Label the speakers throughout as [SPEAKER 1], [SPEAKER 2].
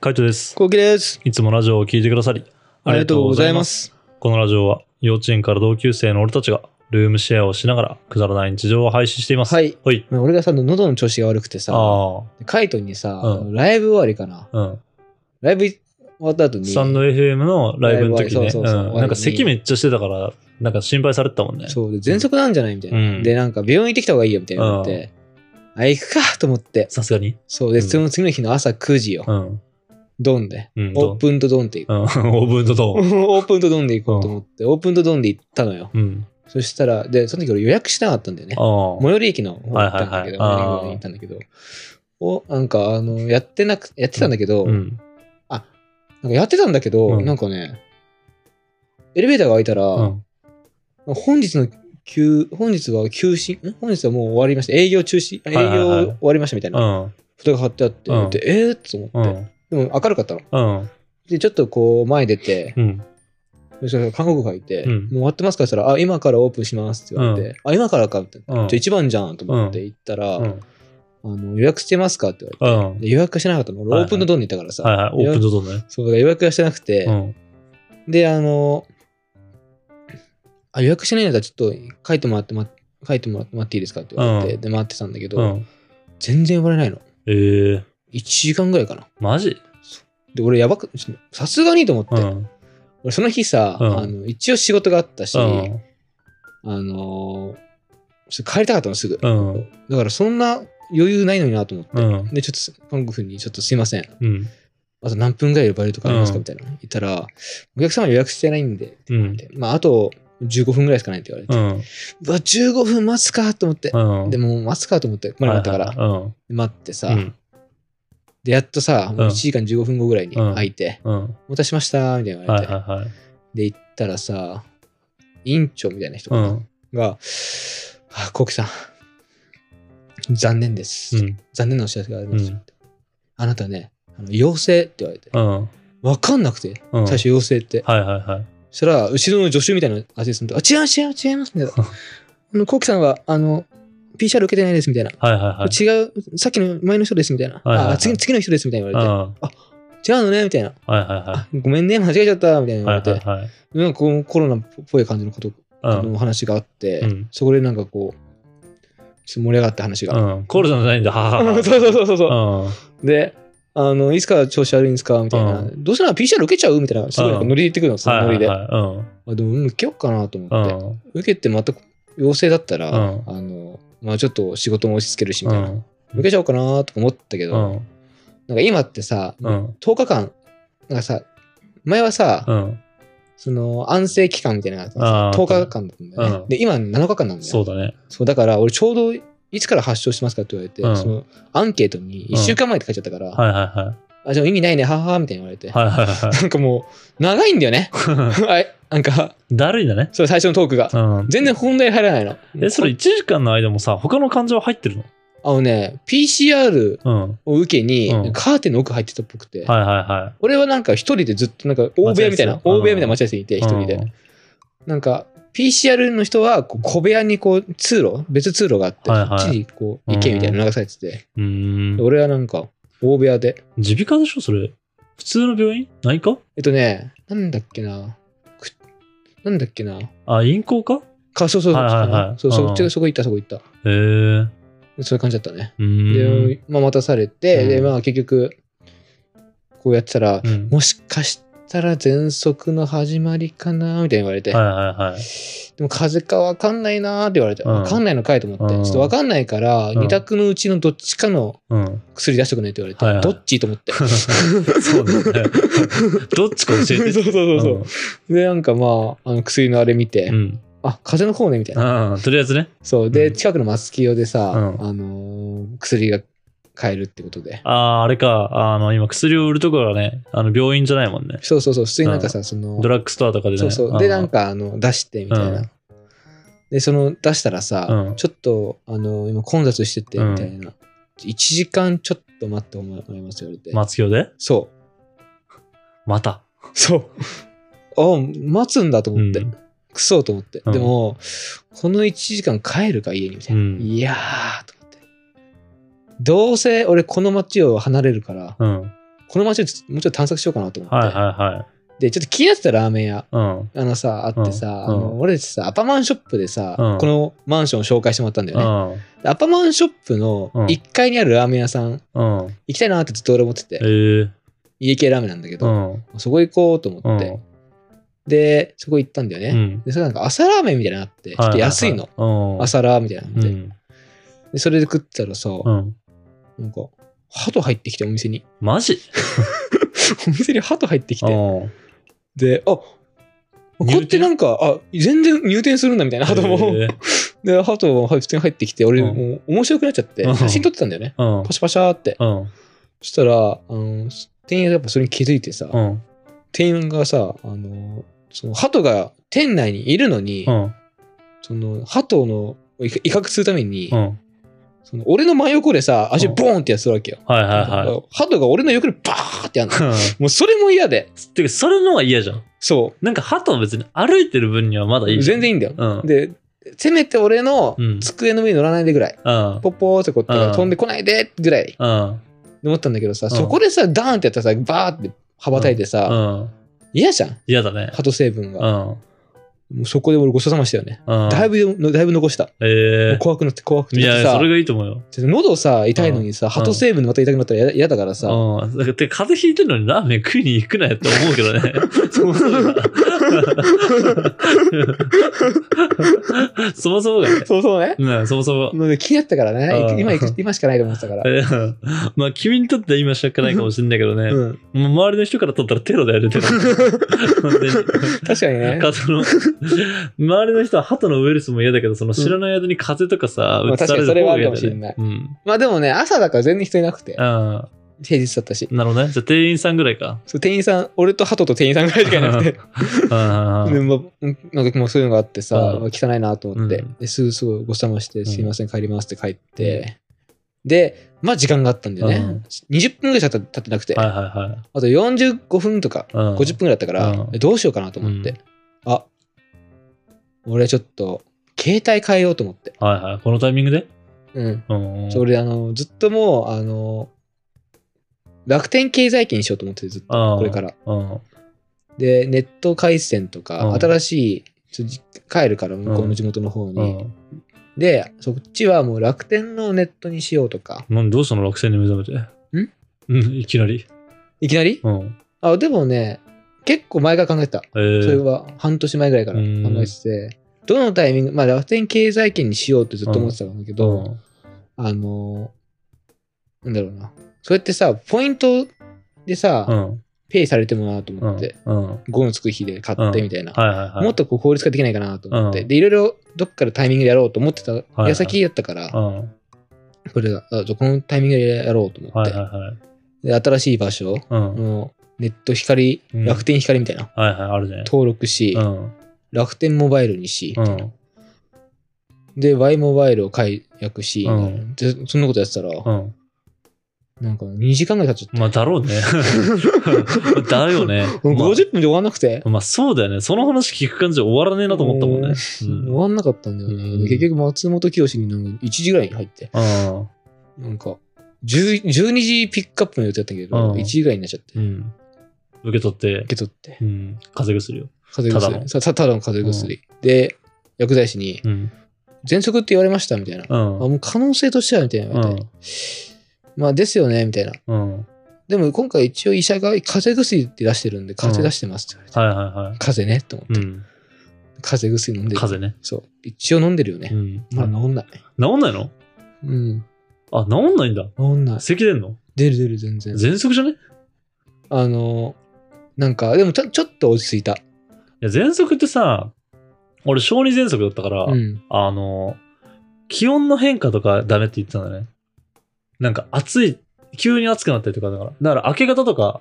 [SPEAKER 1] カイトです。
[SPEAKER 2] コウキです。
[SPEAKER 1] いつもラジオを聞いてくださり、
[SPEAKER 2] ありがとうございま。す。
[SPEAKER 1] このラジオは、幼稚園から同級生の俺たちが、ルームシェアをしながら、くだらない日常を配信しています。。
[SPEAKER 2] はいい。俺がさ、喉の調子が悪くてさ、
[SPEAKER 1] あ
[SPEAKER 2] カイトにさ、
[SPEAKER 1] うん
[SPEAKER 2] ライブ終わりかな。
[SPEAKER 1] あ、うん。
[SPEAKER 2] ライブ終わった後に、
[SPEAKER 1] スタンド FM のライブの時
[SPEAKER 2] ライ
[SPEAKER 1] ね、
[SPEAKER 2] ブそうそうそう
[SPEAKER 1] うんなんか咳めっちゃしてたから、なんか心配されてたもんね。
[SPEAKER 2] そう、で、喘息なんじゃないみたいな、
[SPEAKER 1] うん
[SPEAKER 2] で、なんか病院行ってきた方がいいよみたいになって、あ、行くかと思って。
[SPEAKER 1] さすがに。
[SPEAKER 2] そう、で、
[SPEAKER 1] うん
[SPEAKER 2] その次の日の朝9時よ。
[SPEAKER 1] うん。
[SPEAKER 2] ドンで。
[SPEAKER 1] うん。
[SPEAKER 2] オープンとドンで行
[SPEAKER 1] う
[SPEAKER 2] く。
[SPEAKER 1] ん。オ ープンとドン。
[SPEAKER 2] オープンとドンで行こうと思って、オープンとドンで行ったのよ。
[SPEAKER 1] うん。
[SPEAKER 2] そしたら、で、その時俺予約してなかったんだよね
[SPEAKER 1] あ。あ。
[SPEAKER 2] 最寄り駅の方に行ったんだけど、
[SPEAKER 1] はいはいはい
[SPEAKER 2] 最寄り駅に行ったんだけど、お、なんか、あの、やってなく、やってたんだけど、
[SPEAKER 1] うん。
[SPEAKER 2] なんかやってたんだけど、
[SPEAKER 1] うん
[SPEAKER 2] なんかね、エレベーターが開いたら、
[SPEAKER 1] うん。
[SPEAKER 2] 本日の休、本日は休止ん本日はもう終わりました。営業中止あ営
[SPEAKER 1] はいはいはい
[SPEAKER 2] 業終わりましたみたいうな。
[SPEAKER 1] ん。
[SPEAKER 2] 蓋が貼ってあって、
[SPEAKER 1] うん
[SPEAKER 2] でえー、と思
[SPEAKER 1] う
[SPEAKER 2] って。
[SPEAKER 1] ん。
[SPEAKER 2] でも明るかったの。
[SPEAKER 1] うん。
[SPEAKER 2] で、ちょっとこう前出て、
[SPEAKER 1] うん。
[SPEAKER 2] そしたら韓国がいて、
[SPEAKER 1] うん
[SPEAKER 2] もう終わってますかって言ったら、あ、今からオープンしますって言われて、あ、今からかみたいな。
[SPEAKER 1] うん
[SPEAKER 2] じゃあ一番じゃんと思って行ったら、
[SPEAKER 1] うん。
[SPEAKER 2] あの予約してますかって言われ
[SPEAKER 1] う
[SPEAKER 2] て。
[SPEAKER 1] ん。
[SPEAKER 2] で予約してなかったの。俺オープンのドンに行ったからさ。
[SPEAKER 1] はいはい。オープンとドンね。
[SPEAKER 2] そう、だから予約がしてなくて、
[SPEAKER 1] うん。
[SPEAKER 2] で、あの、あ予約してないんだったらちょっと書いてもらって、ま、書いてもらって待っていいですかって言われて、
[SPEAKER 1] うん
[SPEAKER 2] で、待ってたんだけど、
[SPEAKER 1] うん。
[SPEAKER 2] 全然呼ばれないの。
[SPEAKER 1] ええ。
[SPEAKER 2] 1時間ぐらいかな。
[SPEAKER 1] マジ
[SPEAKER 2] で、俺やばく、ちょっとさすがにと思って、
[SPEAKER 1] うん。
[SPEAKER 2] 俺その日さ、
[SPEAKER 1] うん
[SPEAKER 2] あの、一応仕事があったし、
[SPEAKER 1] うん。
[SPEAKER 2] あのちょっと帰りたかったのすぐ。
[SPEAKER 1] うん。
[SPEAKER 2] だからそんな余裕ないのになと思って。
[SPEAKER 1] うん。
[SPEAKER 2] で、ちょっと韓国にちょっとすいません。
[SPEAKER 1] うん。
[SPEAKER 2] あと何分ぐらい呼ばれるとかありますか、
[SPEAKER 1] うん
[SPEAKER 2] みたいな。言ったら、お客様予約してないんで、って
[SPEAKER 1] う
[SPEAKER 2] 言
[SPEAKER 1] ん
[SPEAKER 2] っ。てまあ、あと15分ぐらいしかないって言われて
[SPEAKER 1] う、ん。
[SPEAKER 2] うわ、15分待つかと思って。
[SPEAKER 1] うん。
[SPEAKER 2] で
[SPEAKER 1] も、
[SPEAKER 2] も、待つかと思って、まだ待ったから、
[SPEAKER 1] うん。
[SPEAKER 2] 待ってさ、
[SPEAKER 1] うん。
[SPEAKER 2] で、やっとさ、もう
[SPEAKER 1] うん
[SPEAKER 2] 1時間15分後ぐらいに
[SPEAKER 1] うん
[SPEAKER 2] 開いて、
[SPEAKER 1] うん。
[SPEAKER 2] お待たせしました、みたいな言わ
[SPEAKER 1] はい
[SPEAKER 2] れて、
[SPEAKER 1] はいはい。
[SPEAKER 2] で、行ったらさ、院長みたいな人
[SPEAKER 1] う
[SPEAKER 2] かなが、
[SPEAKER 1] ん。
[SPEAKER 2] あ、コウキさん、残念です。
[SPEAKER 1] うん。
[SPEAKER 2] 残念なお知らせがあります。
[SPEAKER 1] うん
[SPEAKER 2] あなたね、あの陽性って言われて、
[SPEAKER 1] うん。
[SPEAKER 2] わかんなくて、
[SPEAKER 1] うん。
[SPEAKER 2] 最初陽性って。
[SPEAKER 1] はいはいはい。
[SPEAKER 2] そしたら、後ろの助手みたいなアシスタント、あ、違う違う違いますね。あの、コウキさんは、あの、PCR 受けてないです、みたいな。
[SPEAKER 1] はいはいはい。
[SPEAKER 2] 違う、さっきの前の人ですみたいな。
[SPEAKER 1] はいはいはい
[SPEAKER 2] あ、次次の人ですみたいな
[SPEAKER 1] う
[SPEAKER 2] 言
[SPEAKER 1] ん。
[SPEAKER 2] われ
[SPEAKER 1] は
[SPEAKER 2] て。違うのねみたいな。
[SPEAKER 1] いは
[SPEAKER 2] あごめんね、間違えちゃったみたいない
[SPEAKER 1] はい。
[SPEAKER 2] 言
[SPEAKER 1] はい
[SPEAKER 2] われて。
[SPEAKER 1] はいはい。
[SPEAKER 2] なんかこうコロナっぽい感じのこと
[SPEAKER 1] うん。
[SPEAKER 2] の話があって、
[SPEAKER 1] うん
[SPEAKER 2] そこでなんかこう、ちょっと盛り上がった話が。
[SPEAKER 1] うん。コロナじゃないんだ。ははは
[SPEAKER 2] そう
[SPEAKER 1] は。
[SPEAKER 2] そうそうそう
[SPEAKER 1] う
[SPEAKER 2] そ
[SPEAKER 1] ん。
[SPEAKER 2] う。で、あの、いつから調子悪いんですかみたいな。
[SPEAKER 1] う
[SPEAKER 2] どうせなら PCR 受けちゃうみたいな。すごいなんかノリで言ってくるの、そ
[SPEAKER 1] は
[SPEAKER 2] の
[SPEAKER 1] いは
[SPEAKER 2] ノリ
[SPEAKER 1] い
[SPEAKER 2] で。
[SPEAKER 1] は
[SPEAKER 2] あでも、うん受けようかなと思
[SPEAKER 1] い。う
[SPEAKER 2] って。
[SPEAKER 1] ん。うん。
[SPEAKER 2] 受けてまた陽性だったら、
[SPEAKER 1] うん
[SPEAKER 2] あの、まあちょっと仕事も落ち着けるし、み
[SPEAKER 1] う
[SPEAKER 2] たいな。
[SPEAKER 1] ん。
[SPEAKER 2] 受けちゃおうかなとか思ったけ
[SPEAKER 1] う
[SPEAKER 2] ど、
[SPEAKER 1] ん。
[SPEAKER 2] なんか今ってさ、
[SPEAKER 1] うん。
[SPEAKER 2] 10日間、なんかさ、前はさ、
[SPEAKER 1] うん。
[SPEAKER 2] その安静期間みたいなのがあって
[SPEAKER 1] あー
[SPEAKER 2] さ10日間だったんだよね。
[SPEAKER 1] うん
[SPEAKER 2] で、今7日間なんだよ。
[SPEAKER 1] そうだね。
[SPEAKER 2] そうだから、俺ちょうどいつから発症してますかって言われて、
[SPEAKER 1] うん
[SPEAKER 2] そのアンケートに1週間前って書いちゃったから、
[SPEAKER 1] はいはいはい。
[SPEAKER 2] あ、じゃあ意味ないね、はははみたいに言われて、
[SPEAKER 1] はいはいは
[SPEAKER 2] なんかもう、長いんだよね。
[SPEAKER 1] い。
[SPEAKER 2] はい、なんか、
[SPEAKER 1] だるいんだね。
[SPEAKER 2] それ最初のトークが
[SPEAKER 1] う。ん。
[SPEAKER 2] 全然本題入らないの。
[SPEAKER 1] え、それ1時間の間もさ、他の患者は入ってる
[SPEAKER 2] あのね、PCR
[SPEAKER 1] のうん。
[SPEAKER 2] を受けに、
[SPEAKER 1] うん
[SPEAKER 2] カーテンの奥入ってたっぽくて、
[SPEAKER 1] はいはいはい。
[SPEAKER 2] 俺はなんか一人でずっとなんか、大部屋みた
[SPEAKER 1] 待合
[SPEAKER 2] い
[SPEAKER 1] 室、
[SPEAKER 2] な大部屋みたいな待ち合わせにいて、一人で。なんか PCR の人はこう小部屋にこう通路別通路があって、
[SPEAKER 1] はいはい
[SPEAKER 2] そっちにこう行けみたいなの流されてて、
[SPEAKER 1] うん。うーん
[SPEAKER 2] で。俺はなんか大部屋で
[SPEAKER 1] 耳鼻科でしょそれ。普通の病院内科
[SPEAKER 2] えっとねなんだっけなくなんだっけな
[SPEAKER 1] あ、院光科
[SPEAKER 2] かそうそうそう、
[SPEAKER 1] はいはいはい
[SPEAKER 2] そう
[SPEAKER 1] うん
[SPEAKER 2] そっちそこ行ったそこ行った
[SPEAKER 1] へえ。う
[SPEAKER 2] そういう感じだったね、
[SPEAKER 1] ーん。
[SPEAKER 2] で、まあ、待たされて、
[SPEAKER 1] うん
[SPEAKER 2] でまあ結局こうやってたら、
[SPEAKER 1] うん
[SPEAKER 2] もしかしたら喘息の始まりかなみたいに言われて、
[SPEAKER 1] はいはいはい。
[SPEAKER 2] でも風邪かわかんないなーって言われて、
[SPEAKER 1] うん
[SPEAKER 2] わかんないのかいと思って、
[SPEAKER 1] うん
[SPEAKER 2] ちょっとわかんないから、
[SPEAKER 1] うん
[SPEAKER 2] 二択のうちのどっちかの
[SPEAKER 1] うん。
[SPEAKER 2] 薬出しとくねって言われて、
[SPEAKER 1] はいはい
[SPEAKER 2] どっちと 思って。
[SPEAKER 1] そうだね。どっちか教えて。
[SPEAKER 2] そうそうそうそうで、なんかまあ、あの薬のあれ見て、
[SPEAKER 1] うん。うん。
[SPEAKER 2] あ、風邪の方ねみたいな。
[SPEAKER 1] あーとりあえずね。
[SPEAKER 2] そう。
[SPEAKER 1] う
[SPEAKER 2] で、
[SPEAKER 1] ん
[SPEAKER 2] 近くのマスキオでさ、
[SPEAKER 1] うん
[SPEAKER 2] あのー薬が買えるってことで。
[SPEAKER 1] ああ、あれか。あの、今薬を売るところはね、あの、病院じゃないもんね。
[SPEAKER 2] そうそうそう、普通になんかさ、その
[SPEAKER 1] ド、ラッグストアとかでね。
[SPEAKER 2] そうそう。で、なん
[SPEAKER 1] か。
[SPEAKER 2] かあの出してみたいな。
[SPEAKER 1] うん
[SPEAKER 2] で、その出したらさ、
[SPEAKER 1] うん
[SPEAKER 2] ちょっと、あの今混雑してて、みたいな。1時間ちょっと待ってもらいますよ、言われて。
[SPEAKER 1] 松京で
[SPEAKER 2] そう。
[SPEAKER 1] また。
[SPEAKER 2] そう。あ、待つんだと思って。
[SPEAKER 1] うん
[SPEAKER 2] くそと思って。
[SPEAKER 1] うん
[SPEAKER 2] でも、この1時間帰るか、家にみたいな。
[SPEAKER 1] うん
[SPEAKER 2] いやーと思って。どうせ俺この街を離れるから、
[SPEAKER 1] うん。
[SPEAKER 2] この街をちょっともうちょっと探索しようかなと思って。
[SPEAKER 1] はいは
[SPEAKER 2] で、ちょっと気になってたラーメン屋。
[SPEAKER 1] いはい。
[SPEAKER 2] あのさ、あってさ、
[SPEAKER 1] うん
[SPEAKER 2] あの俺たちさ、アパマンショップでさ、
[SPEAKER 1] うん
[SPEAKER 2] このマンションを紹介してもらったんだよ
[SPEAKER 1] う
[SPEAKER 2] ね。
[SPEAKER 1] ん。
[SPEAKER 2] でアパマンショップの
[SPEAKER 1] うん
[SPEAKER 2] 1階にあるラーメン屋さん、
[SPEAKER 1] うん。うん。
[SPEAKER 2] 行きたいなってずっと俺思ってて、
[SPEAKER 1] ええ。
[SPEAKER 2] 家系ラーメンなんだけ
[SPEAKER 1] う
[SPEAKER 2] ど、
[SPEAKER 1] ん。
[SPEAKER 2] そこ行こうと思
[SPEAKER 1] う
[SPEAKER 2] って、
[SPEAKER 1] ん。
[SPEAKER 2] で、そこ行ったんだよ
[SPEAKER 1] う
[SPEAKER 2] ね。
[SPEAKER 1] ん。
[SPEAKER 2] で、それなんか朝ラーメンみたいなのあって、ちょっと安いの。
[SPEAKER 1] ははは。
[SPEAKER 2] 朝ラーみたいな
[SPEAKER 1] う
[SPEAKER 2] の
[SPEAKER 1] ん。う
[SPEAKER 2] で、
[SPEAKER 1] ん。
[SPEAKER 2] でそれで食ってたらさ、
[SPEAKER 1] うん。
[SPEAKER 2] なんか、鳩入ってきて、お店に。
[SPEAKER 1] マジ
[SPEAKER 2] お店に鳩入ってき
[SPEAKER 1] う
[SPEAKER 2] て。
[SPEAKER 1] ん。
[SPEAKER 2] で、あこ
[SPEAKER 1] 入店
[SPEAKER 2] うってなんか、あ、全然入店するんだみたいな、鳩も。
[SPEAKER 1] ええ
[SPEAKER 2] で、ハトが普通に入ってきて、俺、
[SPEAKER 1] うん
[SPEAKER 2] もう面白くなっちゃって
[SPEAKER 1] う、ん
[SPEAKER 2] 写真撮ってたんだよね。
[SPEAKER 1] うん。
[SPEAKER 2] パシャパシャーって。
[SPEAKER 1] うん。
[SPEAKER 2] そしたら、あの、店員がやっぱそれに気づいてさ、
[SPEAKER 1] うん。
[SPEAKER 2] 店員がさ、あの、その、ハトが店内にいるのに
[SPEAKER 1] う、ん。
[SPEAKER 2] その、ハトの威嚇威嚇するために
[SPEAKER 1] う、ん。
[SPEAKER 2] その俺の真横でさ、足
[SPEAKER 1] うん
[SPEAKER 2] ボーンってやつするわけよ。
[SPEAKER 1] はいはいはい。
[SPEAKER 2] ハトが俺の横でバーってやるの。
[SPEAKER 1] うん
[SPEAKER 2] もうそれも嫌で、
[SPEAKER 1] てか、それの方が嫌じゃん。
[SPEAKER 2] そ
[SPEAKER 1] なんか、鳩は別に歩いてる分にはまだいい。
[SPEAKER 2] う、全然い
[SPEAKER 1] い。
[SPEAKER 2] いんだよ。
[SPEAKER 1] うん。
[SPEAKER 2] で、せめて俺の
[SPEAKER 1] うん
[SPEAKER 2] 机の上に乗らないでぐらい、
[SPEAKER 1] うん。
[SPEAKER 2] ポッポーってこうや
[SPEAKER 1] う
[SPEAKER 2] っ
[SPEAKER 1] ん
[SPEAKER 2] て飛んでこないでぐらい。
[SPEAKER 1] うん。
[SPEAKER 2] 思ったんだけどさ、
[SPEAKER 1] ん
[SPEAKER 2] そこでさダーンってやったらさバーって羽ばたいてさ、
[SPEAKER 1] うん。
[SPEAKER 2] 嫌じゃん
[SPEAKER 1] 嫌だね。
[SPEAKER 2] ハト成分
[SPEAKER 1] う
[SPEAKER 2] が、
[SPEAKER 1] ん。
[SPEAKER 2] もうそこで俺ごちそうさましたよね、
[SPEAKER 1] うん。
[SPEAKER 2] だいぶだいぶ残した、も
[SPEAKER 1] え
[SPEAKER 2] う怖くなって怖く
[SPEAKER 1] え。
[SPEAKER 2] ないって
[SPEAKER 1] や、
[SPEAKER 2] さ
[SPEAKER 1] それがいいと思うよ。
[SPEAKER 2] ちょっと喉さ痛いのにさ、
[SPEAKER 1] ん
[SPEAKER 2] ハト成分でまた痛くなったら嫌嫌だからさ、
[SPEAKER 1] うん。だからてか風邪ひいてるのにラーメン食いに行くなよって思うけどね。 そもそもが。そもそもがね。
[SPEAKER 2] そうそうね、
[SPEAKER 1] うん、そもそも。
[SPEAKER 2] もうね気になったからね、
[SPEAKER 1] うん
[SPEAKER 2] 今行く今しかないと思ってたから、
[SPEAKER 1] えー まあ、君にとっては今しかないかもしれないけどね。
[SPEAKER 2] うん、
[SPEAKER 1] もう周りの人からとったらテロ だよね、テロ。本当に。
[SPEAKER 2] 確かにね
[SPEAKER 1] その周りの人は鳩のウイルスも嫌だけど、その知らない間に風邪とかさ、
[SPEAKER 2] うん
[SPEAKER 1] うつされる方が嫌
[SPEAKER 2] まあ確かにそれはあるかも
[SPEAKER 1] だ
[SPEAKER 2] し
[SPEAKER 1] よ
[SPEAKER 2] れな
[SPEAKER 1] ね
[SPEAKER 2] い。
[SPEAKER 1] うん。
[SPEAKER 2] まあでもね朝だから全然人いなくて
[SPEAKER 1] あ
[SPEAKER 2] 平日だったし
[SPEAKER 1] あ、なるほどね。じゃあ店員さんぐらいか。
[SPEAKER 2] そう店員さん俺とハトと店員さんぐらいしかいなくて
[SPEAKER 1] あ
[SPEAKER 2] でまあうんなんかもうそういうのがあってさ、
[SPEAKER 1] うん
[SPEAKER 2] 汚いなと思って、
[SPEAKER 1] うん
[SPEAKER 2] ですぐすぐごちそうさまして、
[SPEAKER 1] ん
[SPEAKER 2] すいません帰りますって帰って、でまあ時間があったんだよね、
[SPEAKER 1] うん
[SPEAKER 2] 20分ぐらいしか経ってなくて、
[SPEAKER 1] あはいはいはい。
[SPEAKER 2] あと45分とか
[SPEAKER 1] うん
[SPEAKER 2] 50分ぐらいだったから、
[SPEAKER 1] うん
[SPEAKER 2] えどうしようかなと思って、あ俺ちょっと携帯変えようと思って
[SPEAKER 1] はいはい。このタイミングで
[SPEAKER 2] うん、
[SPEAKER 1] うん。
[SPEAKER 2] それあのずっともうあの楽天経済圏にしようと思っててずっと
[SPEAKER 1] こ
[SPEAKER 2] これから
[SPEAKER 1] うん。
[SPEAKER 2] でネット回線とか、
[SPEAKER 1] うん
[SPEAKER 2] 新しいちょ帰るから向こうの地元の方に、
[SPEAKER 1] うん。
[SPEAKER 2] で、そっちはもう楽天のネットにしようとか。
[SPEAKER 1] なんどうしたの落選に目覚めて。
[SPEAKER 2] ん
[SPEAKER 1] うん、いきなり。
[SPEAKER 2] いきなり
[SPEAKER 1] うん。
[SPEAKER 2] あ、でもね、結構前から考えてた。
[SPEAKER 1] えー、
[SPEAKER 2] それは半年前ぐらいから考えてて、どのタイミング、まあ楽天経済圏にしようってずっと思ってたんだけ
[SPEAKER 1] う
[SPEAKER 2] ど、
[SPEAKER 1] ん
[SPEAKER 2] あのー、なんだろうな。そうやってさ、ポイントでさ、
[SPEAKER 1] うん。
[SPEAKER 2] ペイされてもなと
[SPEAKER 1] う
[SPEAKER 2] 思
[SPEAKER 1] ん
[SPEAKER 2] って、。
[SPEAKER 1] うん。はい
[SPEAKER 2] 5のつく日で買ってみたいな。
[SPEAKER 1] はいはい。
[SPEAKER 2] もっとこう効率化できないかなと思って、
[SPEAKER 1] うん
[SPEAKER 2] で、いろいろどっかでタイミングでやろうと思ってた
[SPEAKER 1] はい
[SPEAKER 2] 矢先だったか
[SPEAKER 1] う
[SPEAKER 2] ら、
[SPEAKER 1] ん。
[SPEAKER 2] これが、あじゃあこのタイミングでやろうと思って、
[SPEAKER 1] はいはいはい。
[SPEAKER 2] で新しい場所
[SPEAKER 1] うん。
[SPEAKER 2] のネット光、
[SPEAKER 1] うん
[SPEAKER 2] 楽天光みたいな、
[SPEAKER 1] はいはい、あるね。
[SPEAKER 2] 登録し、
[SPEAKER 1] うん。
[SPEAKER 2] 楽天モバイルにし、
[SPEAKER 1] うん。
[SPEAKER 2] で、Y モバイルを解約し、
[SPEAKER 1] うん
[SPEAKER 2] でそんなことやってたら、
[SPEAKER 1] うん。
[SPEAKER 2] なんか2時間ぐらい経っちゃって、
[SPEAKER 1] まあ、だろうね。 だよね。まあ
[SPEAKER 2] 50分で終わんなくて、
[SPEAKER 1] まあ、そうだよね。その話聞く感じで終わらねえなと思ったもんね。うん
[SPEAKER 2] 終わんなかったんだよね。
[SPEAKER 1] うん
[SPEAKER 2] 結局、松本清になんか1時ぐらいに入って、
[SPEAKER 1] うん。
[SPEAKER 2] なんか10 12時ピックアップの予定だったんだけど、
[SPEAKER 1] うん
[SPEAKER 2] 1時ぐらいになっちゃって、
[SPEAKER 1] うん。受け取って
[SPEAKER 2] 受、け取って、
[SPEAKER 1] うん。風邪薬を。
[SPEAKER 2] 風邪薬
[SPEAKER 1] ただの
[SPEAKER 2] さただの風邪薬、で、薬剤師に、
[SPEAKER 1] うん。
[SPEAKER 2] 喘息って言われましたみたいな。
[SPEAKER 1] うん
[SPEAKER 2] あ。もう可能性としてはみたいな言われて、まあですよねみたいな
[SPEAKER 1] うん。はい
[SPEAKER 2] でも今回一応医者が風邪薬って出してるんで風邪出してますって言われて、
[SPEAKER 1] はいは
[SPEAKER 2] 風邪ねと思って
[SPEAKER 1] い。うん。
[SPEAKER 2] 風邪薬飲んでる
[SPEAKER 1] 風邪ね。
[SPEAKER 2] そう一応飲んでるよ
[SPEAKER 1] う
[SPEAKER 2] ね、
[SPEAKER 1] ん。
[SPEAKER 2] まだ治んない
[SPEAKER 1] 治んないの
[SPEAKER 2] うん
[SPEAKER 1] あ、治んないんだ。
[SPEAKER 2] 治んない
[SPEAKER 1] 咳出んの
[SPEAKER 2] 出る出る全然
[SPEAKER 1] 喘息じゃねい
[SPEAKER 2] あのなんかでもちょちょっと落ち着いた
[SPEAKER 1] や、喘息ってさ、俺、小児喘息だったから、
[SPEAKER 2] うん
[SPEAKER 1] あの、気温の変化とかダメって言ってたんだね。なんか暑い、急に暑くなったりとかだから。だから明け方とか、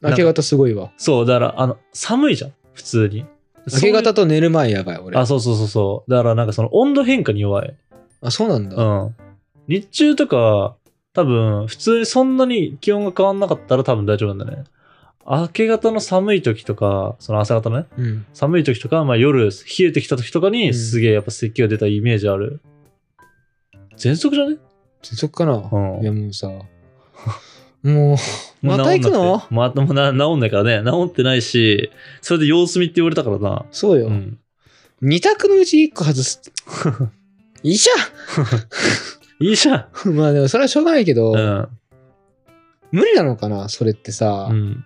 [SPEAKER 1] なん
[SPEAKER 2] 明
[SPEAKER 1] か
[SPEAKER 2] け方すごいわ
[SPEAKER 1] そう、だからあの、寒いじゃん、普通に。
[SPEAKER 2] 明け
[SPEAKER 1] そうい
[SPEAKER 2] 方
[SPEAKER 1] う
[SPEAKER 2] と寝る前やばい俺
[SPEAKER 1] あ、
[SPEAKER 2] あ
[SPEAKER 1] そうそうそうそう。だからなんかその温度変化に弱い。
[SPEAKER 2] そうなんだ、
[SPEAKER 1] うん。日中とか、多分、普通にそんなに気温が変わんなかったら多分大丈夫なんだね。明け方の寒い時とか、その朝方のね、
[SPEAKER 2] うん
[SPEAKER 1] 寒い時とか、まあ、夜冷えてきた時とか
[SPEAKER 2] う
[SPEAKER 1] に
[SPEAKER 2] ん
[SPEAKER 1] すげえやっぱ咳が出たイメージある。喘息じゃね
[SPEAKER 2] 喘息かな、
[SPEAKER 1] うん
[SPEAKER 2] いやもうさもう、
[SPEAKER 1] もう
[SPEAKER 2] また行く
[SPEAKER 1] 治んな
[SPEAKER 2] の
[SPEAKER 1] くてまた、もうな治んないからね。治ってないし、それで様子見って言われたからな。
[SPEAKER 2] そうよ。
[SPEAKER 1] うん。
[SPEAKER 2] 二択のうち一個外す。 医者
[SPEAKER 1] いいじゃん。
[SPEAKER 2] まあでもそれはしょうがないけど、
[SPEAKER 1] うん。
[SPEAKER 2] 無理なのかなそれってさ、
[SPEAKER 1] うん。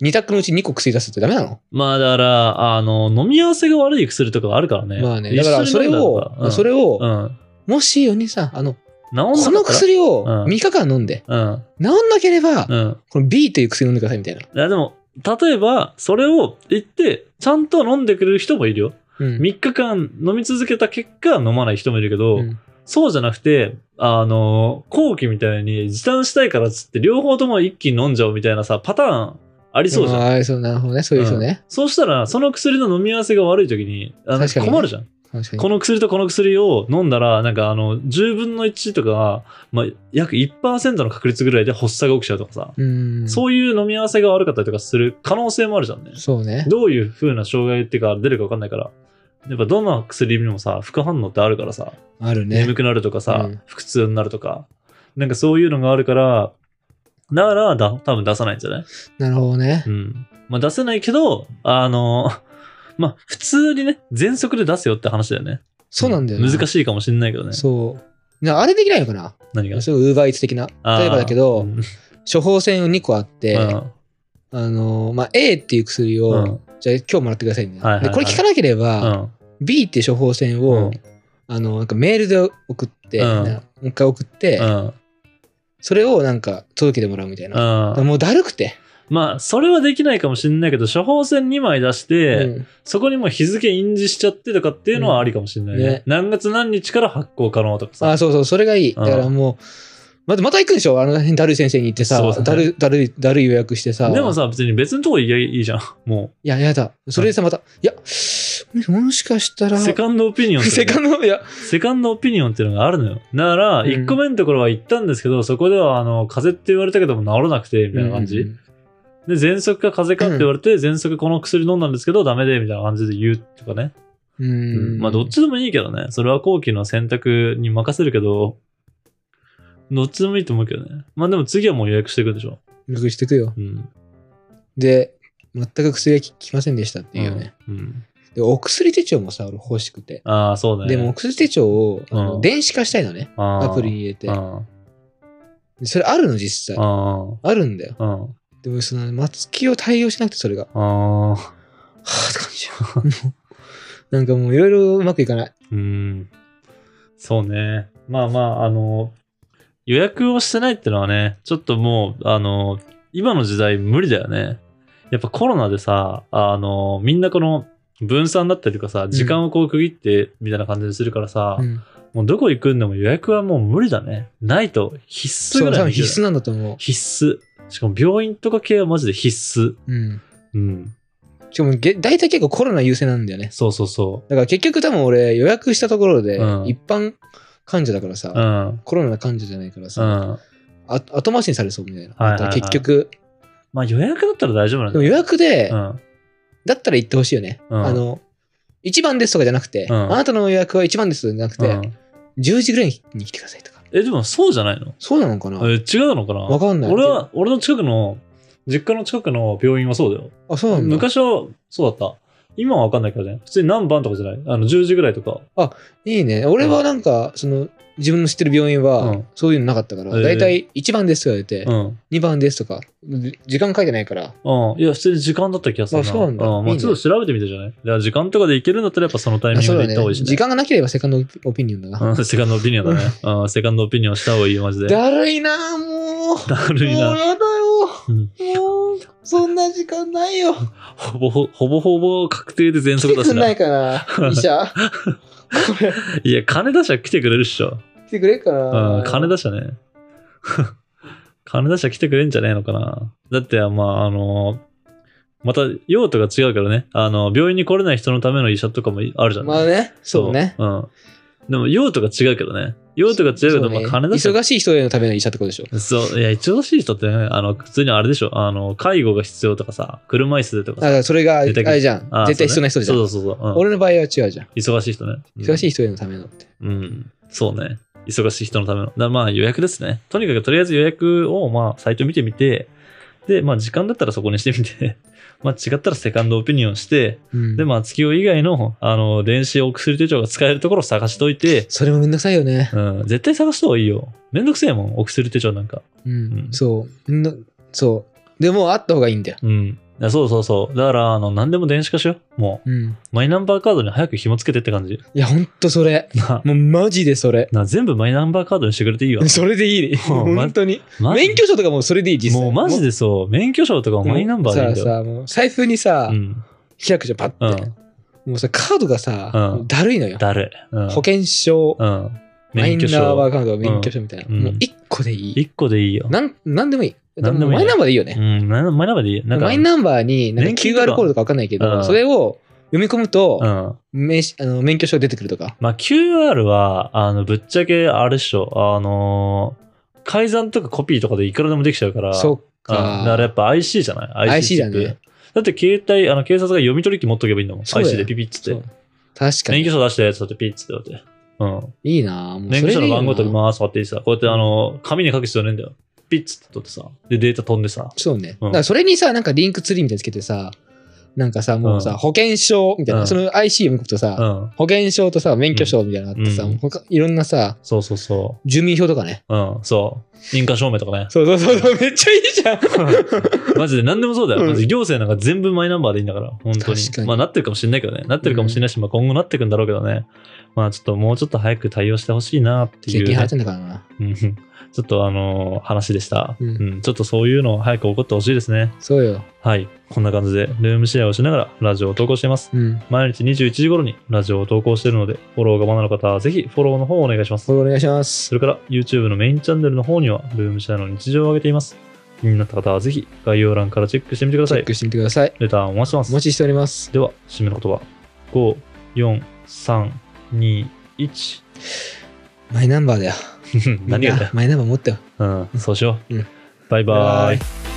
[SPEAKER 2] 二択のうち二個薬出すってダメなの、
[SPEAKER 1] まあだから、あの、飲み合わせが悪い薬とかあるからね。
[SPEAKER 2] まあね。だから
[SPEAKER 1] 一
[SPEAKER 2] そ
[SPEAKER 1] 緒
[SPEAKER 2] れ
[SPEAKER 1] に飲んだ
[SPEAKER 2] を
[SPEAKER 1] ら、うん、
[SPEAKER 2] それを、
[SPEAKER 1] うん。
[SPEAKER 2] もしお兄さん、あの、
[SPEAKER 1] 治んなかったら
[SPEAKER 2] この薬を
[SPEAKER 1] うん
[SPEAKER 2] 3日間飲んで、
[SPEAKER 1] うん。
[SPEAKER 2] 治んなければ、
[SPEAKER 1] うん。
[SPEAKER 2] この B という薬飲んでくださいみたいな。
[SPEAKER 1] いやでも、例えば、それを言って、ちゃんと飲んでくれる人もいるよ。
[SPEAKER 2] うん
[SPEAKER 1] 3日間飲み続けた結果、飲まない人もいるけど、
[SPEAKER 2] うん
[SPEAKER 1] そうじゃなくて、あの、後期みたいに時短したいからっつって、両方とも一気に飲んじゃうみたいなさ、パターンありそうじゃん。
[SPEAKER 2] ああ、そう、なるほどね。そういう人ね。
[SPEAKER 1] そうしたら、その薬の飲み合わせが悪い時に、あの
[SPEAKER 2] 確かにね
[SPEAKER 1] 困るじゃん。
[SPEAKER 2] 確か
[SPEAKER 1] こ
[SPEAKER 2] に。
[SPEAKER 1] の薬とこの薬を飲んだら、なんかあの、10分の1とか、まあ、約1%の確率ぐらいで発作が起きちゃうとかさ、
[SPEAKER 2] うん。そ
[SPEAKER 1] そういう飲み合わせが悪かったりとかする可能性もあるじゃんね
[SPEAKER 2] う。ね。
[SPEAKER 1] どういう風な障害っていうか出るか分かんないから、やっぱどんな薬にもさ、副反応ってあるからさ、
[SPEAKER 2] あるね
[SPEAKER 1] 眠。くなるとかさ、
[SPEAKER 2] うん
[SPEAKER 1] 腹痛になるとか、なんかそういうのがあるから、だからだ、多分出さないんじゃない
[SPEAKER 2] なるほどね
[SPEAKER 1] う。ん。まあ出せないけど、あの、 まあ普通にね、全速で出すよって話だよね。
[SPEAKER 2] そうなんだよね。
[SPEAKER 1] 難しいかもしれないけどね。
[SPEAKER 2] そう。なあれできないのかな
[SPEAKER 1] 何が。
[SPEAKER 2] そう、ウーバーイーツ的な。
[SPEAKER 1] あー
[SPEAKER 2] 例えばだけど、
[SPEAKER 1] うん
[SPEAKER 2] 処方箋2個あって、あ
[SPEAKER 1] う
[SPEAKER 2] のー、まあ、A っていう薬
[SPEAKER 1] んう
[SPEAKER 2] を、
[SPEAKER 1] ん
[SPEAKER 2] じゃあ今日もらってください
[SPEAKER 1] は
[SPEAKER 2] ね
[SPEAKER 1] いはいは。い
[SPEAKER 2] でこれ聞かなけれ
[SPEAKER 1] う
[SPEAKER 2] ば、
[SPEAKER 1] ん
[SPEAKER 2] B っていう処方箋
[SPEAKER 1] う
[SPEAKER 2] を
[SPEAKER 1] ん、
[SPEAKER 2] あの、なんかメールで送って、
[SPEAKER 1] うん
[SPEAKER 2] なもう一回送って
[SPEAKER 1] う、ん
[SPEAKER 2] それをなんか届けてもらうみたいな。
[SPEAKER 1] うん
[SPEAKER 2] もうだるくて。
[SPEAKER 1] まあそれはできないかもしれないけど処方箋2枚出して、そこにもう日付印字しちゃってとかっていうのはありかもしれないね,、
[SPEAKER 2] うんね
[SPEAKER 1] 何月何日から発行可能とか
[SPEAKER 2] うん、あ
[SPEAKER 1] さ
[SPEAKER 2] そうそう、それがいい。
[SPEAKER 1] うん
[SPEAKER 2] だからもう、またまた行くんでしょあの辺だるい先生に行ってさ
[SPEAKER 1] そう、そう
[SPEAKER 2] だるだるい、だるい予約してさ。
[SPEAKER 1] でも、さ別に別のとこ行けばいいじゃんも
[SPEAKER 2] いや、やだ。それでさ、また、いや、もしかした
[SPEAKER 1] う
[SPEAKER 2] ら、
[SPEAKER 1] セカンドオピニオンってい
[SPEAKER 2] セ
[SPEAKER 1] うの
[SPEAKER 2] カンド、いや、
[SPEAKER 1] セカンドオピニオンっていうのがあるのよだから
[SPEAKER 2] うん
[SPEAKER 1] 1個目のところは行ったんですけど、そこではあの風邪って言われたけども治らなくてみたいな感じ、
[SPEAKER 2] うん
[SPEAKER 1] で喘息か風邪かって言われて、喘息この薬飲んだんですけどダメでみたいな感じで言うとかね
[SPEAKER 2] うん。
[SPEAKER 1] まあどっちでもいいけどね。それは後期の選択に任せるけど、どっちでもいいと思うけどね。まあでも次はもう予約していくでしょ。
[SPEAKER 2] 予約してくよ。
[SPEAKER 1] うん。
[SPEAKER 2] で、全く薬が効きませんでしたっていうね。
[SPEAKER 1] うん。
[SPEAKER 2] で、お薬手帳もさ、俺欲しくて。
[SPEAKER 1] ああ、そうだね。
[SPEAKER 2] でも、お薬手帳を、あの
[SPEAKER 1] うん
[SPEAKER 2] 電子化したいのね。
[SPEAKER 1] あー
[SPEAKER 2] アプリに入れて
[SPEAKER 1] う。ん。
[SPEAKER 2] でそれあるの、実際。
[SPEAKER 1] あー
[SPEAKER 2] あるんだよ。
[SPEAKER 1] うん。
[SPEAKER 2] でも、その、松木を対応しなくて、それが。
[SPEAKER 1] ああ。
[SPEAKER 2] はぁって感じよ。 なんかもういろいろうまくいかない。
[SPEAKER 1] うん。そうね。まあまあ、あの、予約をしてないってのはね、ちょっともう、あの、今の時代無理だよね。やっぱコロナでさ、あの、みんなこの分散だったりとかさ、時間をこう区切ってみたいな感じにするからさ、
[SPEAKER 2] うん、
[SPEAKER 1] もうどこ行くんでも予約はもう無理だね。ないと必須
[SPEAKER 2] そ
[SPEAKER 1] ぐ
[SPEAKER 2] う、
[SPEAKER 1] らい
[SPEAKER 2] 多
[SPEAKER 1] の
[SPEAKER 2] 分
[SPEAKER 1] 勢い
[SPEAKER 2] 必須なんだと思
[SPEAKER 1] 必須。しかも病院とか系はマジで必須。
[SPEAKER 2] う。うん。
[SPEAKER 1] うん。
[SPEAKER 2] しかもげ、大体結構コロナ優先なんだよね。
[SPEAKER 1] そうそうそ
[SPEAKER 2] だから結局多分俺予約したところで、
[SPEAKER 1] うん
[SPEAKER 2] 一般患者だからさ、
[SPEAKER 1] う。うん。
[SPEAKER 2] コロナ患者じゃないから
[SPEAKER 1] う
[SPEAKER 2] さ、
[SPEAKER 1] ん。
[SPEAKER 2] あ後回しにされそうみたい
[SPEAKER 1] はい
[SPEAKER 2] な。
[SPEAKER 1] はいはい
[SPEAKER 2] だから結局、
[SPEAKER 1] まあ予約だったら大丈夫なん
[SPEAKER 2] で
[SPEAKER 1] だ
[SPEAKER 2] も予約で、
[SPEAKER 1] うん。
[SPEAKER 2] だったら行ってほしいよね。
[SPEAKER 1] うん
[SPEAKER 2] あの、1番ですとかじゃなくて、
[SPEAKER 1] うん
[SPEAKER 2] あなたの予約は1番ですじゃなくて、
[SPEAKER 1] うん
[SPEAKER 2] 10時ぐらいに来てくださいとか。
[SPEAKER 1] え、でもそうじゃないの
[SPEAKER 2] そうなのかな、
[SPEAKER 1] え違うのかな
[SPEAKER 2] わかんない
[SPEAKER 1] 俺は、俺の近くの、実家の近くの病院はそうだよ。
[SPEAKER 2] あ、そうなんだ。
[SPEAKER 1] 昔はそうだった。今はわかんないからね。普通に何番とかじゃないあの、10時ぐらいとか。
[SPEAKER 2] いいね。俺はなんか、その、自分の知ってる病院
[SPEAKER 1] う
[SPEAKER 2] は
[SPEAKER 1] ん、
[SPEAKER 2] そういうのなかったから、
[SPEAKER 1] ええ
[SPEAKER 2] だいたい1番ですとか言って
[SPEAKER 1] う、ん。
[SPEAKER 2] 2番ですとか、じ時間書いてないから、
[SPEAKER 1] うん。いや、普通に時間だった気がするな。
[SPEAKER 2] あそうなんだ
[SPEAKER 1] んま
[SPEAKER 2] いい
[SPEAKER 1] あ
[SPEAKER 2] ね
[SPEAKER 1] ちょっと調べてみてじゃないだから時間とかで行けるんだったらやっぱそのタイ
[SPEAKER 2] あ
[SPEAKER 1] ミン
[SPEAKER 2] そ
[SPEAKER 1] グ
[SPEAKER 2] う
[SPEAKER 1] で
[SPEAKER 2] だ
[SPEAKER 1] 行った方がいいしね。
[SPEAKER 2] 時間がなければセカンドオピニオンだな。
[SPEAKER 1] うんセカンドオピニオンだ ね。うん、セカンドオピニオンした方がいいよ、マジで。だ
[SPEAKER 2] だるいなあもう。
[SPEAKER 1] るい
[SPEAKER 2] もう
[SPEAKER 1] な。
[SPEAKER 2] やだ
[SPEAKER 1] うん
[SPEAKER 2] よ。もう、そんな時間ないよ。
[SPEAKER 1] ほぼほ、ほぼほぼ確定で全
[SPEAKER 2] 来
[SPEAKER 1] 速
[SPEAKER 2] て
[SPEAKER 1] だ
[SPEAKER 2] く
[SPEAKER 1] し
[SPEAKER 2] ん
[SPEAKER 1] な。
[SPEAKER 2] ない
[SPEAKER 1] い
[SPEAKER 2] かな、 医者。これ、
[SPEAKER 1] や、金出しゃ来てくれるっしょ。
[SPEAKER 2] 来てくれっか
[SPEAKER 1] う
[SPEAKER 2] な。
[SPEAKER 1] ん、金出しゃね。 金出しゃ来てくれんじゃねえのかな。だって、まあ、あの、また用途が違うからね。あの、病院に来れない人のための医者とかもあるじゃん。
[SPEAKER 2] まあね、そうね。。
[SPEAKER 1] うん。でも用途が違うけどね。用途が違うけ
[SPEAKER 2] そ
[SPEAKER 1] ど、
[SPEAKER 2] うね
[SPEAKER 1] まあ、金出しゃ
[SPEAKER 2] 忙しい人へのための医者ってことでしょ。
[SPEAKER 1] そう、いや、忙しい人ってね、あの、普通にあれでしょ、あの、介護が必要とかさ、車椅子でとか
[SPEAKER 2] だか
[SPEAKER 1] さ、
[SPEAKER 2] らそれが、あ
[SPEAKER 1] 出てくる
[SPEAKER 2] れじゃん
[SPEAKER 1] あ。
[SPEAKER 2] 絶対必要な人じゃん。
[SPEAKER 1] そうそうそうそう、うん
[SPEAKER 2] 俺の場合は違うじゃん。
[SPEAKER 1] 忙しい人ね。
[SPEAKER 2] 忙し
[SPEAKER 1] い。
[SPEAKER 2] い人へのためのって。
[SPEAKER 1] うん、そうね。忙しい人のための。だからまあ予約ですね。とにかくとりあえず予約をまあサイト見てみて、で、まあ時間だったらそこにしてみて、 まあ違ったらセカンドオピニオンして、
[SPEAKER 2] うん
[SPEAKER 1] で、まあ月曜以外の、あの、電子お薬手帳が使えるところを探しといて、
[SPEAKER 2] それもめんどくさいよね。
[SPEAKER 1] うん、絶対探した方がいいよ。めんどくせえもん、お薬手帳なんか。
[SPEAKER 2] うん。
[SPEAKER 1] うん
[SPEAKER 2] そう。めんどそう。でも、あった方がいいんだよ。
[SPEAKER 1] うん。いやそうそうそう。だから、あの、何でも電子化しよう。も
[SPEAKER 2] うん。
[SPEAKER 1] う、マイナンバーカードに早く紐付けてって感じ。
[SPEAKER 2] いや、ほんとそれ。
[SPEAKER 1] な、
[SPEAKER 2] もうマジでそれ。。
[SPEAKER 1] な全部マイナンバーカードにしてくれていいよ
[SPEAKER 2] それでいい。
[SPEAKER 1] もうま
[SPEAKER 2] 本当に。
[SPEAKER 1] マジ
[SPEAKER 2] 免許証とかもうそれでいい、実際。
[SPEAKER 1] もうマジでそう、免許証とかも
[SPEAKER 2] もう
[SPEAKER 1] マイナンバーでいいんだ
[SPEAKER 2] さ
[SPEAKER 1] よ。
[SPEAKER 2] あさあ、もう財布にさ
[SPEAKER 1] う、ん。
[SPEAKER 2] 開くじゃん、パ
[SPEAKER 1] う
[SPEAKER 2] ッて。
[SPEAKER 1] ん。
[SPEAKER 2] もうさ、カードがさ、
[SPEAKER 1] うん
[SPEAKER 2] もうだるいのよ。
[SPEAKER 1] だるい。うん。
[SPEAKER 2] 保険証、
[SPEAKER 1] うん。
[SPEAKER 2] マイ
[SPEAKER 1] 免許
[SPEAKER 2] ナンバ
[SPEAKER 1] 証。
[SPEAKER 2] ーカード、免許証みたいな。
[SPEAKER 1] うん
[SPEAKER 2] もう一個でいい。
[SPEAKER 1] 一個でいいよ。
[SPEAKER 2] なん、なんでもいい。
[SPEAKER 1] なんでもいいね
[SPEAKER 2] マイナンバーでいいよね
[SPEAKER 1] う。ん。マイナマイナンバーでいいよ。なんか、
[SPEAKER 2] マイナンバーになんか
[SPEAKER 1] 年金とか
[SPEAKER 2] QR コードとかわかんないけど、
[SPEAKER 1] うん
[SPEAKER 2] それを読み込むと、
[SPEAKER 1] うん。
[SPEAKER 2] 名刺あの免許証出てくるとか。
[SPEAKER 1] まあ、QR は、あの、ぶっちゃけ、あれっしょ、あのー改ざんとかコピーとかでいくらでもできちゃうから、
[SPEAKER 2] そっ
[SPEAKER 1] うんだからや
[SPEAKER 2] か。
[SPEAKER 1] っぱ IC じゃない
[SPEAKER 2] IC だね
[SPEAKER 1] チップだって携帯、あの、警察が読み取り機持っとけばいいんだもん。
[SPEAKER 2] そうだよ
[SPEAKER 1] IC でピピッつ
[SPEAKER 2] そ
[SPEAKER 1] っ
[SPEAKER 2] う
[SPEAKER 1] て。
[SPEAKER 2] 確か
[SPEAKER 1] 免
[SPEAKER 2] に
[SPEAKER 1] 許。証出したやつだってピッつってやって。うん。
[SPEAKER 2] いいなぁもう
[SPEAKER 1] 免許
[SPEAKER 2] それ
[SPEAKER 1] 証
[SPEAKER 2] で
[SPEAKER 1] の
[SPEAKER 2] いいよな
[SPEAKER 1] 番号取りますとかって言ってさ、こうやってあの、紙に書く必要ねえんだよ。ピッつって取ってさ、で、データ飛んでさ。
[SPEAKER 2] そうね。
[SPEAKER 1] うん
[SPEAKER 2] だからそれにさ、なんかリンクツリーみたいにつけてさ、なんかさ、もうさ、
[SPEAKER 1] うん
[SPEAKER 2] 保険証みたいな、
[SPEAKER 1] うん
[SPEAKER 2] その IC 読み込むとさ、
[SPEAKER 1] うん。
[SPEAKER 2] 保険証とさ、免許証みたいなのがあってさ、
[SPEAKER 1] うん
[SPEAKER 2] 他いろんなさ、
[SPEAKER 1] そうそうそ
[SPEAKER 2] 住民票とかね。。
[SPEAKER 1] う。うん、そう。印鑑証明とかね
[SPEAKER 2] そうそうそうそう、めっちゃい いじゃん。
[SPEAKER 1] マジで何でもそうだよ。
[SPEAKER 2] うん
[SPEAKER 1] マジ行政なんか全部マイナンバーでいいんだから、本当に。
[SPEAKER 2] 確かに
[SPEAKER 1] まあなってるかもしれないけどね。なってるかもしれないし、まあ今後なってくんだろうけどね。まあちょっともうちょっと早く対応してほしいなってい
[SPEAKER 2] 税
[SPEAKER 1] う
[SPEAKER 2] 金
[SPEAKER 1] ね、
[SPEAKER 2] 払ってんだからな。
[SPEAKER 1] うんちょっとあのー話でした、
[SPEAKER 2] う
[SPEAKER 1] うんんちょっとそういうの早く起こってほしいですね。
[SPEAKER 2] そうよ。
[SPEAKER 1] はい。こんな感じで、ルームシェアをしながらラジオを投稿しています。
[SPEAKER 2] うん。
[SPEAKER 1] 毎日21時頃にラジオを投稿しているので、フォローがまだの方はぜひフォローの方をお願いします。
[SPEAKER 2] これお願いします
[SPEAKER 1] そ。れから YouTube のメインチャンネルの方にはルームシェアの日常を上げています。気になった方はぜひ概要欄からチェックしてみてくだ
[SPEAKER 2] チ
[SPEAKER 1] さ
[SPEAKER 2] ェッ
[SPEAKER 1] い。
[SPEAKER 2] クしてみてください。
[SPEAKER 1] レターお待ちしてま
[SPEAKER 2] お
[SPEAKER 1] す。
[SPEAKER 2] 待ちしております。
[SPEAKER 1] では、締めの言葉。5、4、3、2、1。
[SPEAKER 2] マイナンバーだよ。
[SPEAKER 1] 何がだよ。
[SPEAKER 2] マイナンバー持ってよ。
[SPEAKER 1] うん、そうしよう。
[SPEAKER 2] うん
[SPEAKER 1] バイバ
[SPEAKER 2] バイバ
[SPEAKER 1] ー
[SPEAKER 2] イ
[SPEAKER 1] イ。